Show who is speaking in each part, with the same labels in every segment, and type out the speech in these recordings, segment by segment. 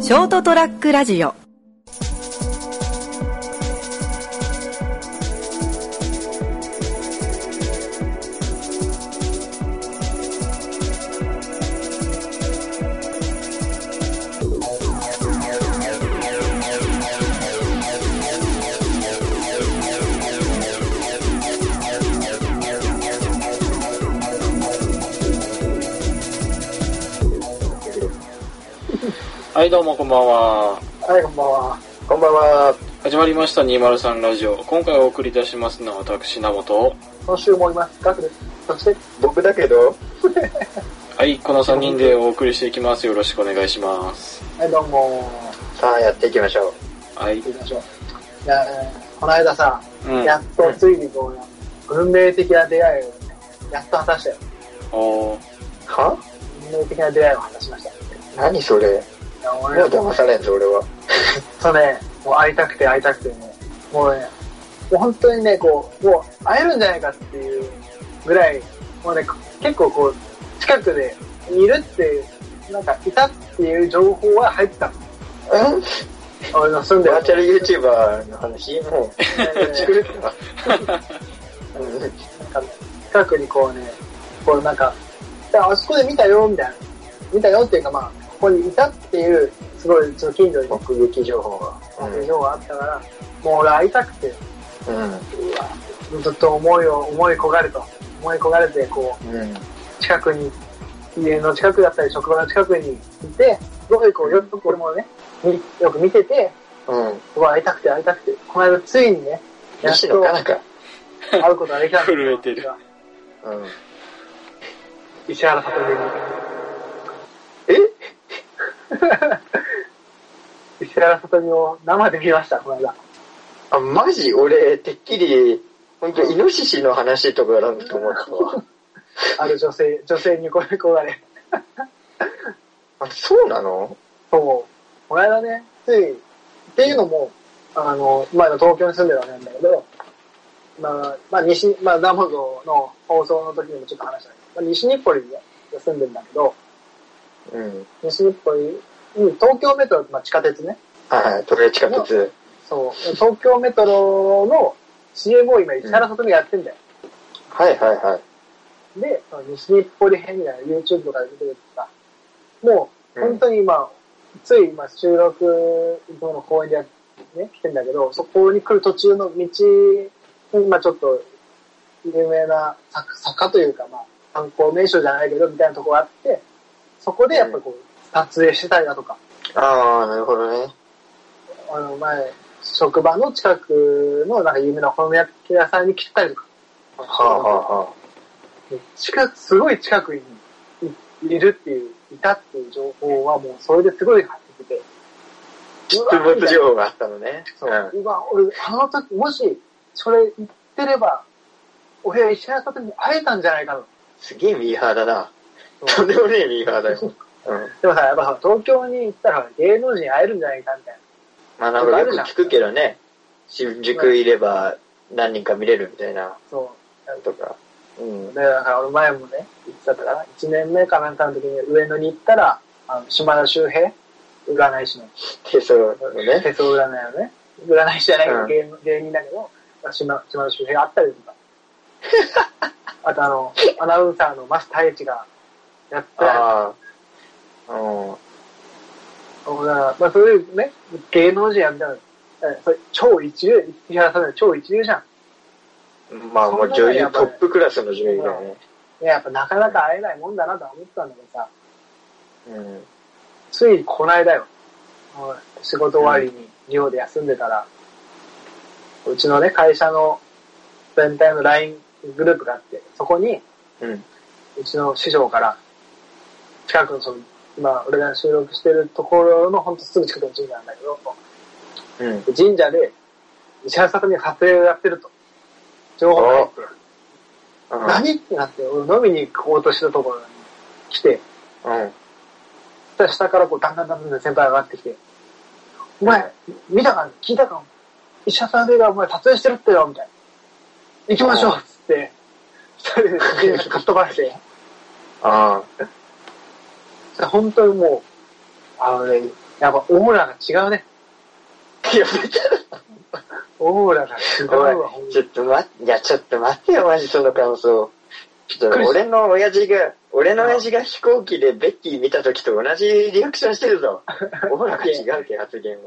Speaker 1: ショートトラックラジオ
Speaker 2: はい、どうもこんばんは。
Speaker 3: はい、こんばんは。
Speaker 4: こんばんは。
Speaker 2: 始まりました203ラジオ。今回お送り出しますのは私、名本。
Speaker 3: 今週もいます。ガクです。そして、
Speaker 4: 僕だけど、
Speaker 2: はい、この3人でお送りしていきます。よろしくお願いします。
Speaker 3: はい、どうも。
Speaker 4: さあやっていきましょう。
Speaker 2: はい
Speaker 3: 行。きましょう。いやー、この間さ、
Speaker 2: うん
Speaker 3: や。っとついにこう、運命的な出会いを、ね、やっと果たしたよ。
Speaker 2: おー
Speaker 4: は
Speaker 3: 運命的な出会いを果たしました。い
Speaker 4: 何それ
Speaker 3: や、
Speaker 4: もう
Speaker 3: 俺らも
Speaker 4: 騙されんぞ、俺は。
Speaker 3: とね、もう会いたくて会いたくてね、もうね、もう本当にね、こう、もう会えるんじゃないかっていうぐらい、もうね、結構こう、近くでいるって、なんかいたっていう情報は入ってたの。
Speaker 4: うん
Speaker 3: 俺の住んでる
Speaker 4: バーチャル YouTuber の話、もう、打ち狂ってます。うん
Speaker 3: なんかね、近くにこうね、こうなんか、いやあそこで見たよ、みたいな。見たよっていうかまあ、ここにいたっていう、すごい、その近所に目
Speaker 4: 目撃情報が。
Speaker 3: 標があったから、もう俺会いたくて、
Speaker 4: うん。
Speaker 3: ずっと思いを、思い焦がれと。思い焦がれて、こ
Speaker 4: うん。
Speaker 3: う、近くに、家の近くだったり、職場の近くにいて、すごいこう、よく俺もね、みよく見てて、
Speaker 4: うん。
Speaker 3: うわ、会いたくて会いたくて、この間ついにね、やっ
Speaker 4: 西野
Speaker 3: と
Speaker 4: かなか。
Speaker 3: 会うことができたんですよ
Speaker 2: 震えてる
Speaker 4: うん。
Speaker 3: 石原さとみに。
Speaker 4: え
Speaker 3: 石原さとみを生で見ました、この間。
Speaker 4: あ、マジ俺、てっきり、本当イノシシの話とかなんだと思った わ。
Speaker 3: ある女性、女性にこれこがれ。
Speaker 4: あ、そうなの
Speaker 3: そう。この間ね、つい、っていうのも、あの、前の東京に住んでるわけなんだけど、まあ、まあ、西、まあ、ダモゾの放送の時にもちょっと話したけど、まあ、西日暮里にね住んでるんだけど、
Speaker 4: うん。
Speaker 3: 西日暮里、うん、東京メトロ、まあ、地下鉄ね。
Speaker 4: はいはい、都営地下鉄。
Speaker 3: そう。東京メトロの CM を今、石原さとみがやってんだよ。
Speaker 4: はいはいはい。
Speaker 3: で、その西日暮里編みたいな YouTube とかで出てるとか、もう
Speaker 4: うん
Speaker 3: 本当に今、つい今収録、いつもの公園でやっね、来てんだけど、そこに来る途中の道に、まあちょっと、有名な坂坂というか、まあ観光名所じゃないけど、みたいなとこがあって、そこでやっぱこう、撮影してたりだとか、
Speaker 4: ああ、なるほどね。
Speaker 3: あの前、職場の近くのなんか有名なお好み焼き屋さんに来てたりとか、
Speaker 4: はあはあはあ。
Speaker 3: 近く、すごい近くにいいるっていう、いたっていう情報はもうそれですごい入ってて、
Speaker 4: 出没情報があったのね。
Speaker 3: そう、うわ、俺、あの時、もし、それ言ってれば、俺は石原さとみに会えたんじゃないか
Speaker 4: すげえミーハーだな。
Speaker 3: と。
Speaker 4: とんでもねえミーハーだ よ。うん。
Speaker 3: でもさ、やっぱさ東京に行ったら芸能人に会えるんじゃないかみたいな。
Speaker 4: まあなんかよく聞くけどね、新宿いれば何人か見れるみたいな
Speaker 3: そ
Speaker 4: とか。うん
Speaker 3: う。。で、だから俺前もね、言ってたから、1年目かなんかの時に上野に行ったら、あの島田周平占い師の
Speaker 4: 手相のね。
Speaker 3: 手相占いをね、占い師じゃないけど、
Speaker 4: うん
Speaker 3: 芸芸人だけど、島島田周平があったりと か。あとあの、アナウンサーの増田栄一がやった
Speaker 4: ああ。うん。
Speaker 3: そうだからまあそういうね、芸能人やみたいな、えそれ超一流、石原さんの超一流じゃん。
Speaker 4: まあもう女優、トップクラスの女優だよね。
Speaker 3: いややっぱなかなか会えないもんだなとは思ってたんだけどさ、
Speaker 4: うん。
Speaker 3: ついこないだよ。もう仕事終わりに寮で休んでたら、うちのね、会社の全体の LINE グループがあって、そこに、
Speaker 4: うん。
Speaker 3: うちの師匠から、近くのその、今、俺が収録してるところのほんとすぐ近くの神社なんだけど、
Speaker 4: うん。
Speaker 3: 神社で、石原さとみが撮影をやってると。情報が入って、何ってなって、俺飲みに行こうとしたところに来て、
Speaker 4: うん。
Speaker 3: そしたら下からこう、だんだんだんだん先輩が上がってきて、お前、見たか聞いたか石原さとみがお前撮影してるってよ、みたいな。行きましょうっつって、二人で神社かっ飛ばして。
Speaker 4: ああ。
Speaker 3: 本当にもう、あのね、やっぱオーラが違うね。
Speaker 4: いや、めちゃ
Speaker 3: オーラが違
Speaker 4: お
Speaker 3: うわ、ほん
Speaker 4: い、ちょっと待って、いや、ちょっと待ってよ、マジその感想。ちょ
Speaker 3: びっ
Speaker 4: っ
Speaker 3: くり
Speaker 4: と
Speaker 3: した
Speaker 4: 俺の親父が、俺の親父が飛行機でベッキー見た時と同じリアクションしてるぞ。オーラが違うけど、発言は。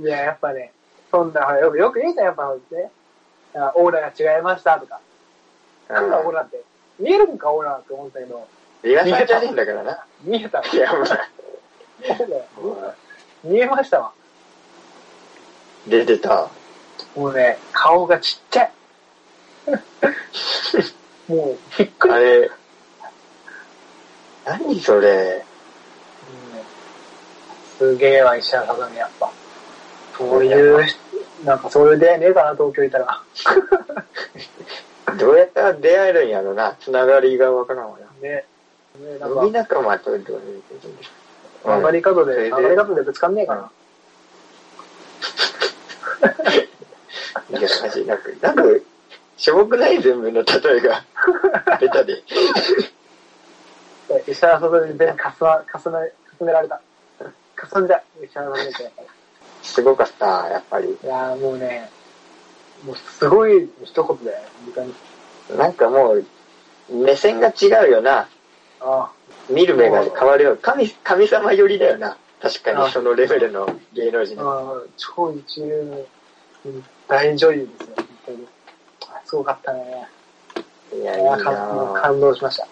Speaker 3: いや、やっぱね、そんな、ほらよく、よく言うじゃん、やっぱほらね。あオーラが違いましたとか。なんだオーラって。見えるんか、オーラって思ったけど、
Speaker 4: リアさんじゃねえんだからな。
Speaker 3: 見えたわ。
Speaker 4: いや、まあ、
Speaker 3: オーラ見えましたわ。
Speaker 4: 出てた。
Speaker 3: もうね、顔がちっちゃい。 もう、びっくり。
Speaker 4: あれ、何それ。
Speaker 3: うんすげえわ、石原さとみ、やっぱ。そういう、なんかそういう出会いねえかな、東京いたら。
Speaker 4: どうやったら出会えるんやろな。つながりがわからんわな。
Speaker 3: ね。ねなん
Speaker 4: 飲み
Speaker 3: か、
Speaker 4: 仲間とどういうことですか
Speaker 3: 曲がり角
Speaker 4: それ
Speaker 3: で、
Speaker 4: で
Speaker 3: 曲がり角でぶつかんねえかな。
Speaker 4: いや、マジ、なんか、なんか、しょぼくない全部の例え が、ベタで。
Speaker 3: 石原さとみ全部かすま、かすめ、かすめられた。 かすんじゃ、石原さとみって。
Speaker 4: すごかった、やっぱり。
Speaker 3: いやーもうね、もうすごい一言だよ、本当に。
Speaker 4: なんかもう、目線が違うよな。
Speaker 3: あ
Speaker 4: 見る目が変わるよ。神、神様寄りだよな。確か
Speaker 3: あ
Speaker 4: に、そのレベルの芸能
Speaker 3: あ、
Speaker 4: 人。
Speaker 3: ああ超一流のうん大女優ですよ、本当に。あすごかったね。
Speaker 4: いや、
Speaker 3: い
Speaker 4: いい
Speaker 3: や
Speaker 4: な
Speaker 3: 感もう
Speaker 4: ぁ。
Speaker 3: 感動しました。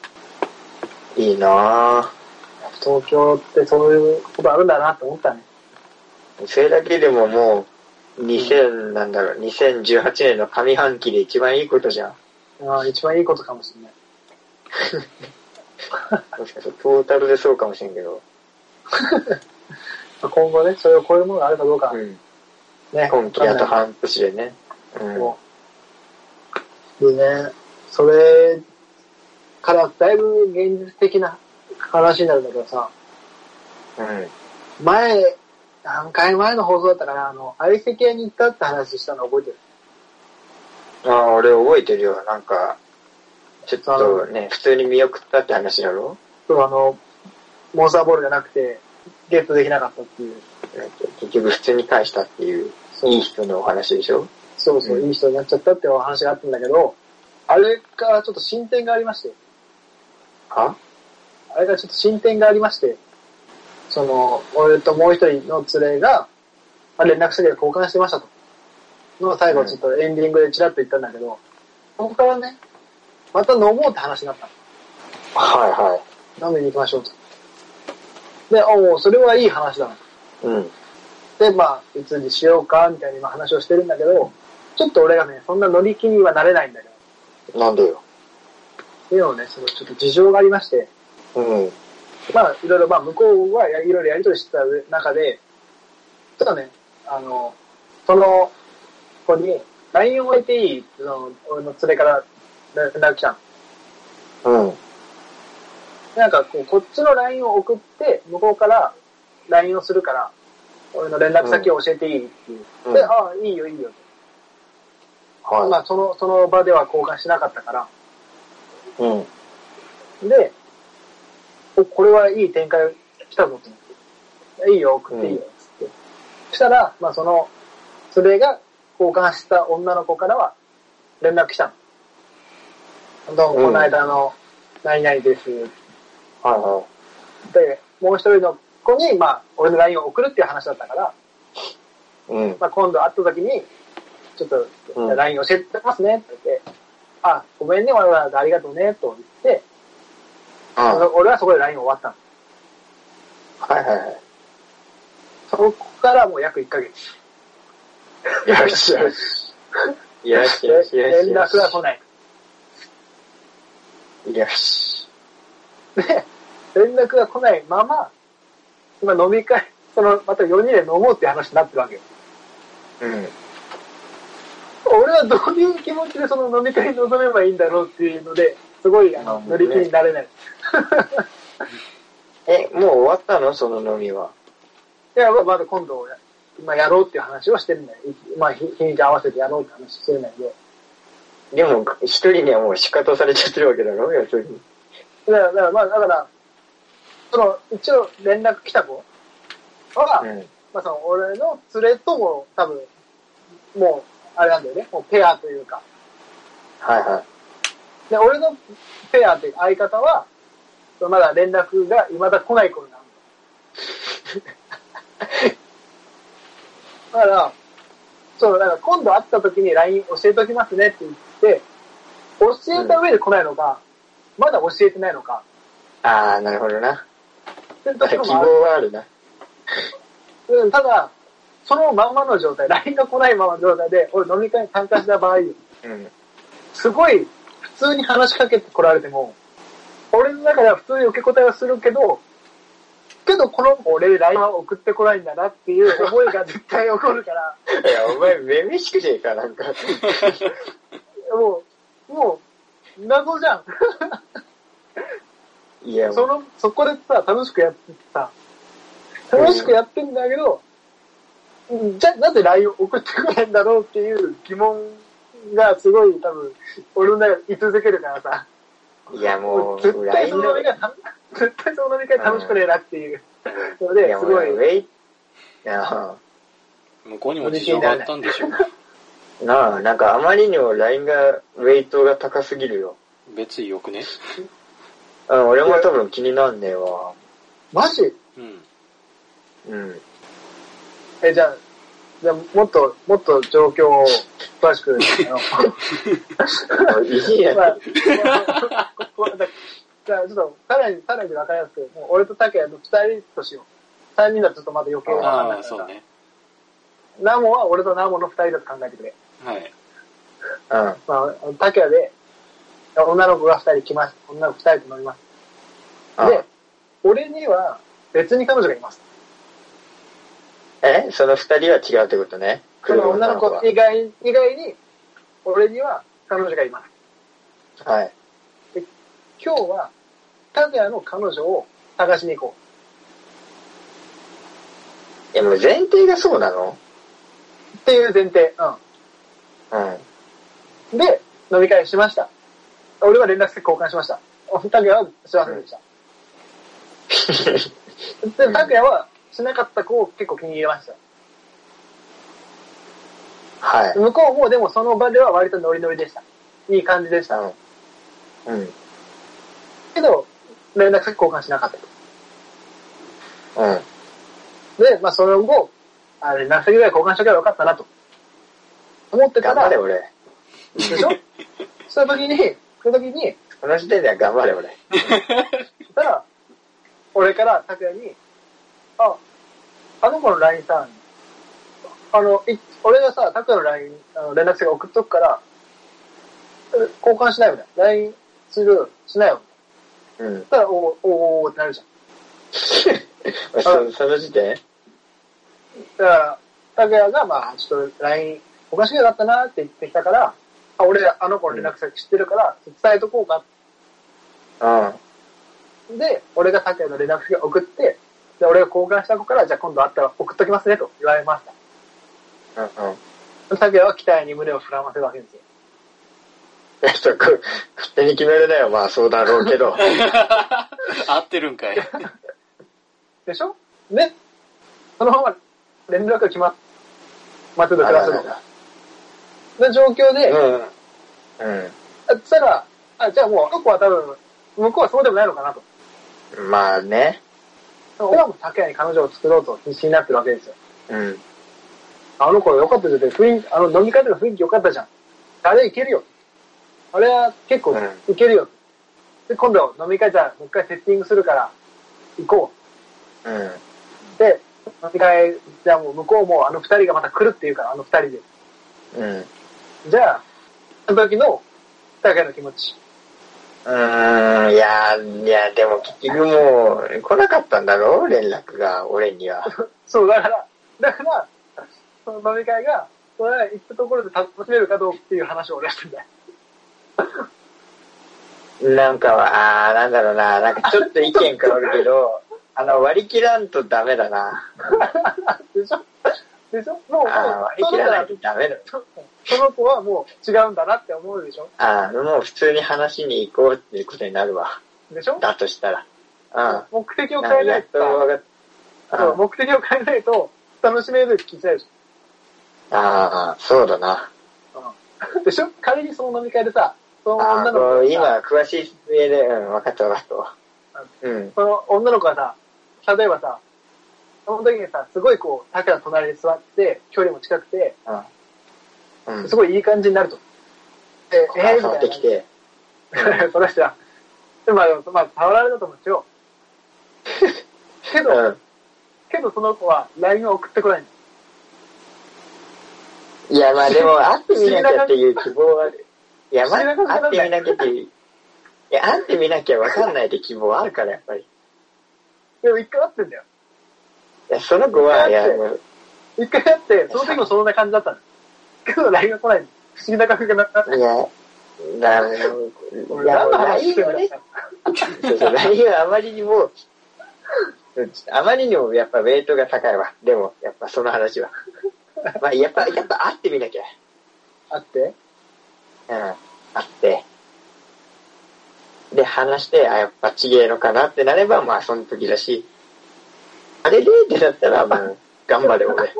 Speaker 4: いいな
Speaker 3: 東京ってそういうことあるんだなって思ったね。
Speaker 4: ぁ。それだけでももう、2000、なんだろう、2018年の上半期で一番いいことじゃん。
Speaker 3: ああ一番いいことかもしれない。
Speaker 4: もしかしたらトータルでそうかもしれんけど。
Speaker 3: まあ今後ね、それを超えるものがあるかどうか、ね。
Speaker 4: ん。今期あと半年でね。うん。
Speaker 3: うん。でね、それからだいぶ現実的な話になるんだけどさ、
Speaker 4: うん。
Speaker 3: 前、何回前の放送だったかな、あの、相席屋に行ったって話したの覚えてる。
Speaker 4: ああ、俺覚えてるよ。なんか、ちょっとね、普通に見送ったって話だろ
Speaker 3: そう、あの、モンスターボールじゃなくて、ゲットできなかったっていう。
Speaker 4: なんか結局普通に返したっていう、
Speaker 3: そう
Speaker 4: いい人のお話でしょ
Speaker 3: そうそう、
Speaker 4: うん
Speaker 3: いい人になっちゃったっていうお話があったんだけど、あれからちょっと進展がありまして、
Speaker 4: は
Speaker 3: あれからちょっと進展がありまして、その、俺ともう一人の連れが、あ連絡先を交換してましたと。の最後ちょっとエンディングでチラッと言ったんだけど、ここからね、また飲もうって話になった
Speaker 4: はいは
Speaker 3: の。飲みに行きましょうと。で、おお、それはいい話だな。
Speaker 4: い。うん。
Speaker 3: で、まあ、いつにしようか、みたいな今話をしてるんだけど、ちょっと俺がね、そんな乗り気にはなれないんだけど、
Speaker 4: なんでよ。
Speaker 3: っていうのをね、そのちょっと事情がありまして、
Speaker 4: うん。
Speaker 3: まあ、いろいろ、まあ、向こうはいろいろやりとりしてた中で、ちょっとね、あの、その子に、LINE を置いていいその、俺の連れから連絡来たの。
Speaker 4: うん。
Speaker 3: でなんかこう、こっちの LINE を送って、向こうから LINE をするから、俺の連絡先を教えていいっていう。
Speaker 4: うん
Speaker 3: で、ああ、いいよ、いいよ。ま
Speaker 4: は
Speaker 3: あ、その、その場では交換しなかったから。
Speaker 4: い。うん。
Speaker 3: で、おこれはいい展開来たぞと思って。いいよ、送っていいよ、つって。そしたら、まあその、それが交換した女の子からは連絡来たの。どうも、
Speaker 4: うん
Speaker 3: この間の、何々です。
Speaker 4: はいは
Speaker 3: で、もう一人の子に、まあ、俺の LINE を送るっていう話だったから、
Speaker 4: い。うん。
Speaker 3: まあ今度会った時に、ちょっと、
Speaker 4: うん
Speaker 3: じゃあ LINE 教えてますね、って言って、あ、ごめんね、わざわざありがとうね、と言って、
Speaker 4: あはい
Speaker 3: 俺はそこで LINE 終わったの。
Speaker 4: はいは
Speaker 3: そこからもう約1ヶ月。
Speaker 4: い。よしよし。よし
Speaker 3: で
Speaker 4: よしよし。
Speaker 3: 連絡が来ない。
Speaker 4: よし。
Speaker 3: で、連絡が来ないまま、今飲み会、その、また4人で飲もうって話になってるわけよ。
Speaker 4: うん。
Speaker 3: 俺はどういう気持ちでその飲み会に臨めばいいんだろうっていうので、すごい、あの、
Speaker 4: うん
Speaker 3: 乗り気になれない。
Speaker 4: え、もう終わったのその飲みは。
Speaker 3: いや、まあまだ今度、今やろうっていう話をしてるんだよ。まあ、日日にち合わせてやろうって話してるんだけど。
Speaker 4: でも、一人にはもう仕方されちゃってるわけだろ要するに。
Speaker 3: だから、だからまあ、だから、その、一応連絡来た子は、
Speaker 4: うん。
Speaker 3: まあその俺の連れとも多分、もう、あれなんだよね、もうペアというか。
Speaker 4: はいは
Speaker 3: で、俺のペアというか相方は、まだ連絡が未だ来ない頃なん だ。だから、そう、だから今度会った時に LINE 教えときますねって言って、教えた上で来ないのか、まだ教えてないのか、
Speaker 4: い。ああ、なるほどな。
Speaker 3: っていうと
Speaker 4: 希
Speaker 3: ころもあ
Speaker 4: 望
Speaker 3: る
Speaker 4: はあるな。
Speaker 3: うん、ただ、そのまんまの状態、LINE が来ないままの状態で、俺飲み会に参加した場合、
Speaker 4: うん。
Speaker 3: すごい普通に話しかけてこられても、俺の中では普通に受け答えはするけど、けどこの子俺 LINE は送ってこないんだなっていう思いが絶対起こるから、
Speaker 4: いや、お前、めめしくねえか、なんか。
Speaker 3: もう、もう、謎じゃん。
Speaker 4: いや、
Speaker 3: その、そこでさ、楽しくやっててさ、楽しくやってんだけど、うんじゃ、なぜ LINE を送ってこないんだろうっていう疑問がすごい多分、俺の中で居続けるからさ、
Speaker 4: いやもう、
Speaker 3: 絶対そ
Speaker 4: LINE の
Speaker 3: の飲み会、 絶対その飲み会楽しくねえなっていう。ので、すごい
Speaker 4: いや、もう、ウェイ、な
Speaker 2: 向こうにも事情があったんでしょう。
Speaker 4: あ、なあ、なんかあまりにも LINE が、ウェイトが高すぎるよ。
Speaker 2: 別によくね。
Speaker 4: うん、俺も多分気になんねえわ。
Speaker 3: マジ
Speaker 2: うん。
Speaker 4: うん。
Speaker 3: え、じゃあ、じゃあもっと、もっと状況を詳し く、あの、
Speaker 4: いい や、
Speaker 3: まあここだじゃあちょっと、さらに、さらに分かりやすく、もう俺と竹谷の二人としよう。三人だとちょっとまだ余計分かんな
Speaker 2: あ
Speaker 3: い
Speaker 2: あ、
Speaker 3: か
Speaker 2: そう
Speaker 3: ら。
Speaker 2: ね。
Speaker 3: ナモは俺とナモの二人だと考えてくれ。
Speaker 2: はい。
Speaker 4: うん。
Speaker 3: まあ、竹谷で、女の子が二人来ます。女の子二人と乗ります。
Speaker 4: あ
Speaker 3: で、俺には別に彼女がいます。
Speaker 4: えその二人は違うってことね。
Speaker 3: その女の子
Speaker 4: は。
Speaker 3: 以外、以外に、俺には彼女がいます。
Speaker 4: はい。
Speaker 3: 今日は、拓也の彼女を探しに行こ
Speaker 4: いや、もう前提がそうなの
Speaker 3: う。っていう前提。
Speaker 4: うん。
Speaker 3: うん。で、飲み会しました。俺は連絡先交換しました。拓也はしませんでした。で、拓也はしなかった子を結構気に入れました。
Speaker 4: はい。
Speaker 3: 向こうもでもその場では割とノリノリでした。いい感じでした。
Speaker 4: うん。うん。
Speaker 3: けど、連絡先交換しなかった。
Speaker 4: うん。
Speaker 3: で、まあその後、あ連絡先ぐらい交換しとけばよかったなと。思ってた
Speaker 4: 頑
Speaker 3: ら
Speaker 4: 張れ、、俺。
Speaker 3: でしょその時に、その時に、
Speaker 4: この時点では頑張れ、俺。
Speaker 3: たら、俺から拓也に、あ、あの子の LINE さ、あの、い俺がさ、拓也の LINE、あの連絡先送っとくから、え交換しないよね。LINE する、しないよ。
Speaker 4: うん。
Speaker 3: そしたら、おーおーおーってなるじゃん。
Speaker 4: そその時点
Speaker 3: だから、拓也が、まあ、ちょっと LINE おかしくなったなって言ってきたから、あ、俺、あの子の連絡先知ってるから、伝えとこうか
Speaker 4: うん。
Speaker 3: で、俺が拓也の連絡先を送って、で、俺が交換した子から、じゃあ今度会ったら送っときますねと言われました。
Speaker 4: うんうん。
Speaker 3: 拓也は期待に胸を膨らませるわけですよ。
Speaker 4: えっと、こ勝手に決めるなよ。まあ、そうだろうけど。
Speaker 2: 合ってるんかい。
Speaker 3: でしょねそのまま連絡が決まっ、待っててくださるの状況で、
Speaker 4: う
Speaker 3: あ
Speaker 4: ん。うん。
Speaker 3: そしたら、あ、じゃあもう、僕は多分、向こうはそうでもないのかなと。
Speaker 4: うん。まあね。
Speaker 3: 俺はもう拓也に彼女を作ろうと必死になってるわけですよ。
Speaker 4: うん。
Speaker 3: あの子良かったじゃん。雰囲気、あの飲み会での雰囲気良かったじゃん。あれいけるよ。あれは結構
Speaker 4: う
Speaker 3: いけるよ。で、今度飲み会じゃあもう一回セッティングするから、行こう。
Speaker 4: うん。
Speaker 3: で、飲み会、じゃあもう向こうもあの二人がまた来るっていうから、あの二人で。
Speaker 4: うん。
Speaker 3: じゃあ、その時の、高の気持ち。
Speaker 4: うーん、いや、いや、でも結局もう、来なかったんだろう連絡が、俺には。
Speaker 3: そう、だから、だから、その飲み会が、それ行ったところで楽しめるかどうかっていう話を俺はしてんだよ。
Speaker 4: なんか、あー、なんだろうな、なんかちょっと意見変わるけど、あの、割り切らんとダメだな。
Speaker 3: でしょでしょもう、もう
Speaker 4: あー、割り
Speaker 3: その
Speaker 4: 切ら
Speaker 3: 子
Speaker 4: ない
Speaker 3: は
Speaker 4: とダメだ。
Speaker 3: その子はもう違うんだなって思うでしょ
Speaker 4: あー、もう普通に話しに行こうっていうことになるわ。
Speaker 3: でしょ
Speaker 4: だとしたら。うん。
Speaker 3: 目的を
Speaker 4: なんか
Speaker 3: 変え
Speaker 4: や
Speaker 3: ない
Speaker 4: っ
Speaker 3: と
Speaker 4: と
Speaker 3: さ、
Speaker 4: 分かっ
Speaker 3: そう目的を変えないと、楽しめるとき聞いちゃうでし
Speaker 4: ああ、そうだな。
Speaker 3: ょ。うんでしょ仮にその飲み会でさ、その
Speaker 4: あ
Speaker 3: 女の
Speaker 4: あ、
Speaker 3: 子
Speaker 4: も
Speaker 3: が
Speaker 4: う
Speaker 3: さ
Speaker 4: 今、詳しい説明で、うん、分かった分かった。うん。
Speaker 3: その女の子がさ、例えばさ、その時にさ、すごいこう、タケの隣に座って、距離も近くて、
Speaker 4: うん。
Speaker 3: すごいいい感じになると。で、えー、み
Speaker 4: 触
Speaker 3: た
Speaker 4: ってき
Speaker 3: い
Speaker 4: て。
Speaker 3: な。 そらしたら、でもまあでも、まあ、触られたと思う よ。け
Speaker 4: う
Speaker 3: ど、けどその子は LINE を送ってこないんです。
Speaker 4: ん。いや、まあで も、会ってみなきゃっていう希望はある。いや、まあ、
Speaker 3: 不思議な感
Speaker 4: 会っ
Speaker 3: じな
Speaker 4: て
Speaker 3: んだ
Speaker 4: みな
Speaker 3: よ
Speaker 4: きゃっていう。いや、会ってみなきゃ分かんないって希望はあるから、やっぱり。
Speaker 3: でも一回会ってんだよ。
Speaker 4: いや、その子は、いや、もう
Speaker 3: 一回会って、その時もそんな感じだったんです。けど LINE が来ないんです。不思議な感覚になった。
Speaker 4: いや、だから、いや、もう
Speaker 3: 俺何の話してるんだ
Speaker 4: LINE をねそうそう、内容はあまりにも、うんあまりにもやっぱウェイトが高いわ。でも、やっぱその話は。まあ、やっぱ、やっぱ会ってみなきゃ。
Speaker 3: あって。
Speaker 4: うん。会って。で、話して、あ、やっぱちげえのかなってなれば、まあ、その時だし。あれでってなったら、もう、頑張 れ、俺。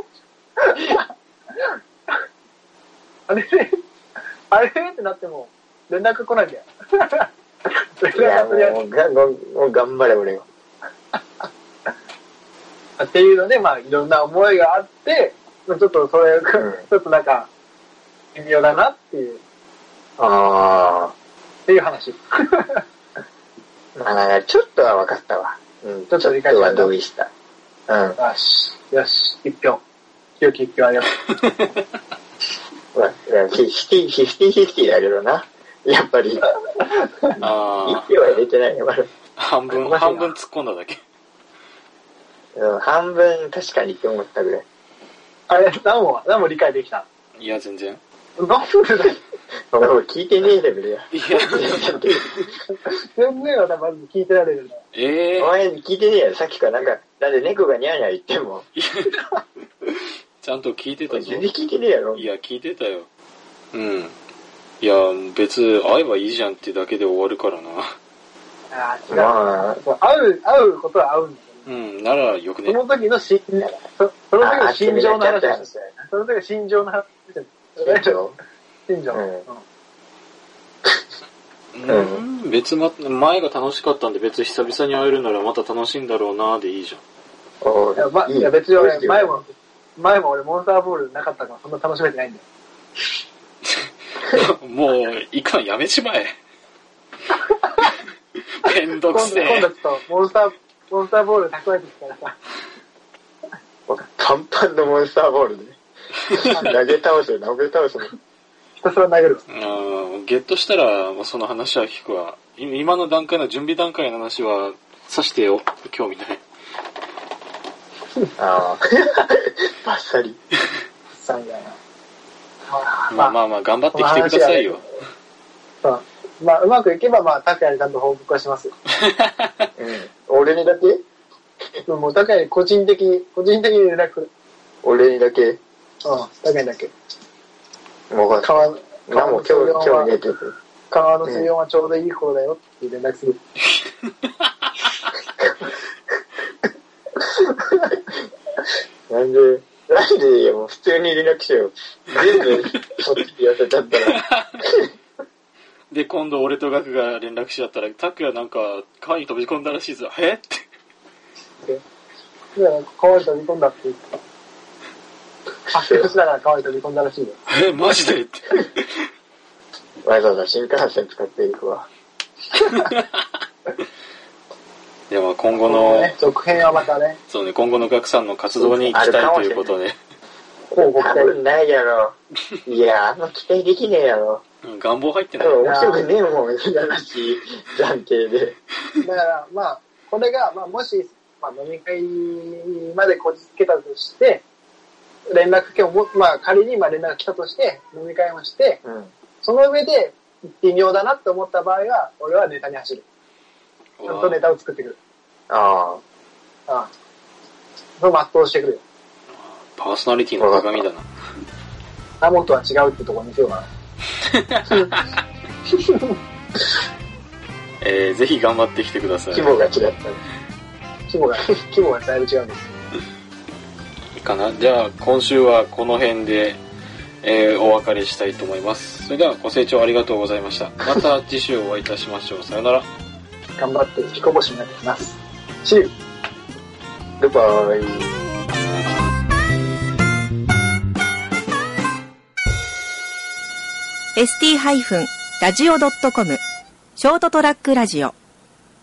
Speaker 3: あれで、あれってなっても、連絡来ないんだよ。連
Speaker 4: いや、
Speaker 3: 絡
Speaker 4: も
Speaker 3: 取り合って
Speaker 4: う、がもうもう頑張れ、俺よ。
Speaker 3: っていうので、まあ、いろんな思いがあって、まあちょっとそれ、ちょっとなんか、微妙だなっていう、っ
Speaker 4: あ
Speaker 3: ていう話。
Speaker 4: あ。まあ、なんか、ちょっとは分かったわ。うん、
Speaker 3: ちょっと理解
Speaker 4: ち
Speaker 3: し
Speaker 4: ょ
Speaker 3: た
Speaker 4: っとは同意した。うん。
Speaker 3: よし、よし、一票。清き一票ありがと
Speaker 4: まあ、フィフティ、フィフティフィフティだけどな。やっぱり、一票 は
Speaker 2: あ
Speaker 4: 入れてないよ、まだ
Speaker 2: あ、半分、半分突っ込んだだけ。
Speaker 4: うん半分確かにって思ったぐらい。
Speaker 3: う。あれ、何も、何も理解できた。
Speaker 2: いや、全然。
Speaker 3: 何分だ
Speaker 4: 俺もう聞いてねえレベ ルや。
Speaker 2: いや、
Speaker 3: 全然はまず聞いてられるね。
Speaker 2: ええ
Speaker 4: お前聞いてねえよ、さっきからなんか、だって猫がニャーニャー言っても、
Speaker 2: ちゃんと聞いてた
Speaker 4: 全
Speaker 2: ぞ。
Speaker 4: 然聞いてねえやろ
Speaker 2: い。や、聞いてたよ。うん。いや、別、会えばいいじゃんってだけで終わるからな。
Speaker 3: ああ、違う。
Speaker 4: まあ、
Speaker 3: そう会う、会うことは会うんだけ
Speaker 2: うん、ならよく
Speaker 3: ど、
Speaker 2: ね
Speaker 3: そ。の時のし、そその時の心情の話なんですよ。
Speaker 4: よ。
Speaker 3: その時の心情の話なん
Speaker 4: えっ
Speaker 3: ですよ。
Speaker 4: と
Speaker 3: 心情。
Speaker 4: うん
Speaker 3: うん
Speaker 2: うん、別ま、前が楽しかったんで別久々に会えるならまた楽しいんだろうなでいいじゃん。
Speaker 4: お
Speaker 3: いや,、ま、
Speaker 4: う
Speaker 3: いや別に俺、前。
Speaker 4: いい
Speaker 3: も、前も俺モンスターボールなかったからそんな楽しめてないんだよ。
Speaker 2: もう、いかん、やめちま え。めんど
Speaker 3: 今
Speaker 2: く
Speaker 3: 度、
Speaker 2: せ
Speaker 3: 今
Speaker 2: え
Speaker 3: 度。ちょっとモンスター、モンスターボール蓄えてきたらさ、
Speaker 4: パンパンのモンスターボールで。投げ倒せ、投げ倒せ。
Speaker 3: ひたすら投げるわ。
Speaker 2: あーゲットしたら、まあ、その話は聞くわ。い今の段階の準備段階の話は、さしてよ。興味ない。
Speaker 4: ああ。 バッサリ。
Speaker 3: さみたいな。まあ、
Speaker 2: まあ
Speaker 3: ま
Speaker 2: まあまあ、頑張ってきてくださいよ。
Speaker 3: あ、うんまあ、うまくいけば、まあ、拓也にちゃんと報告はしますよ。
Speaker 4: うん。俺にだけ
Speaker 3: でももう拓也に個人的に、個人的に連絡くる。
Speaker 4: 俺にだけ。
Speaker 3: うん、拓也にだけ。
Speaker 4: もう、
Speaker 3: 川の、
Speaker 4: 何も興味、興味ねえって言って。
Speaker 3: 川の水温はちょうどいい頃だよって連絡する。
Speaker 4: なんで、なんで、いやもう普通に連絡しよう。全部、そっちで痩せちゃったら。
Speaker 2: で、今度俺とガクが連絡し合ったら、タクヤなんか、川に飛び込んだらしいぞ。えって。
Speaker 3: だから、川に飛び込んだって言ってた。発表しながら川に飛び込んだらしいよ。
Speaker 2: え、マジでって。
Speaker 4: わざわざ新幹線使っていくわ。
Speaker 2: いや、まあ今後の、
Speaker 3: ね、続編はまたね、
Speaker 2: そうね、今後のガクさんの活動に期待ということで、
Speaker 3: こうご期
Speaker 4: 多
Speaker 3: 待。
Speaker 4: 分ないや ろ。いや、あんま期待できねえやろ。
Speaker 2: うん願望入って
Speaker 4: 多
Speaker 2: ない。
Speaker 4: 分面白くねえもん、 話、暫定で。
Speaker 3: だから、まあ、これが、まあ、もし、まあ、飲み会までこじつけたとして、連絡先をも、まあ、仮にまあ連絡が来たとして、飲み会をして、
Speaker 4: うん。
Speaker 3: その上で、微妙だなって思った場合は、俺はネタに走る。ちゃんとネタを作ってくる。
Speaker 4: あ
Speaker 3: ああ。それを全うしてくるよ。
Speaker 2: パーソナリティの鏡だな。
Speaker 3: ナモとは違うってところにしようかな。
Speaker 2: えー、ぜひ頑張ってきてくださ
Speaker 4: あ、
Speaker 2: い
Speaker 4: 規。模が違ったね。
Speaker 3: 規模が、規模がだいぶ違うんです。
Speaker 2: いいかなじゃあ今週はこの辺で、えーお別れしたいと思いますそれではご清聴ありがとうございましたまた次週お会いいたしましょうさよなら
Speaker 3: 頑張って引きこぼしになってきます。See you!
Speaker 4: グッバイ。
Speaker 1: ST-radio.com ショートトラックラジオ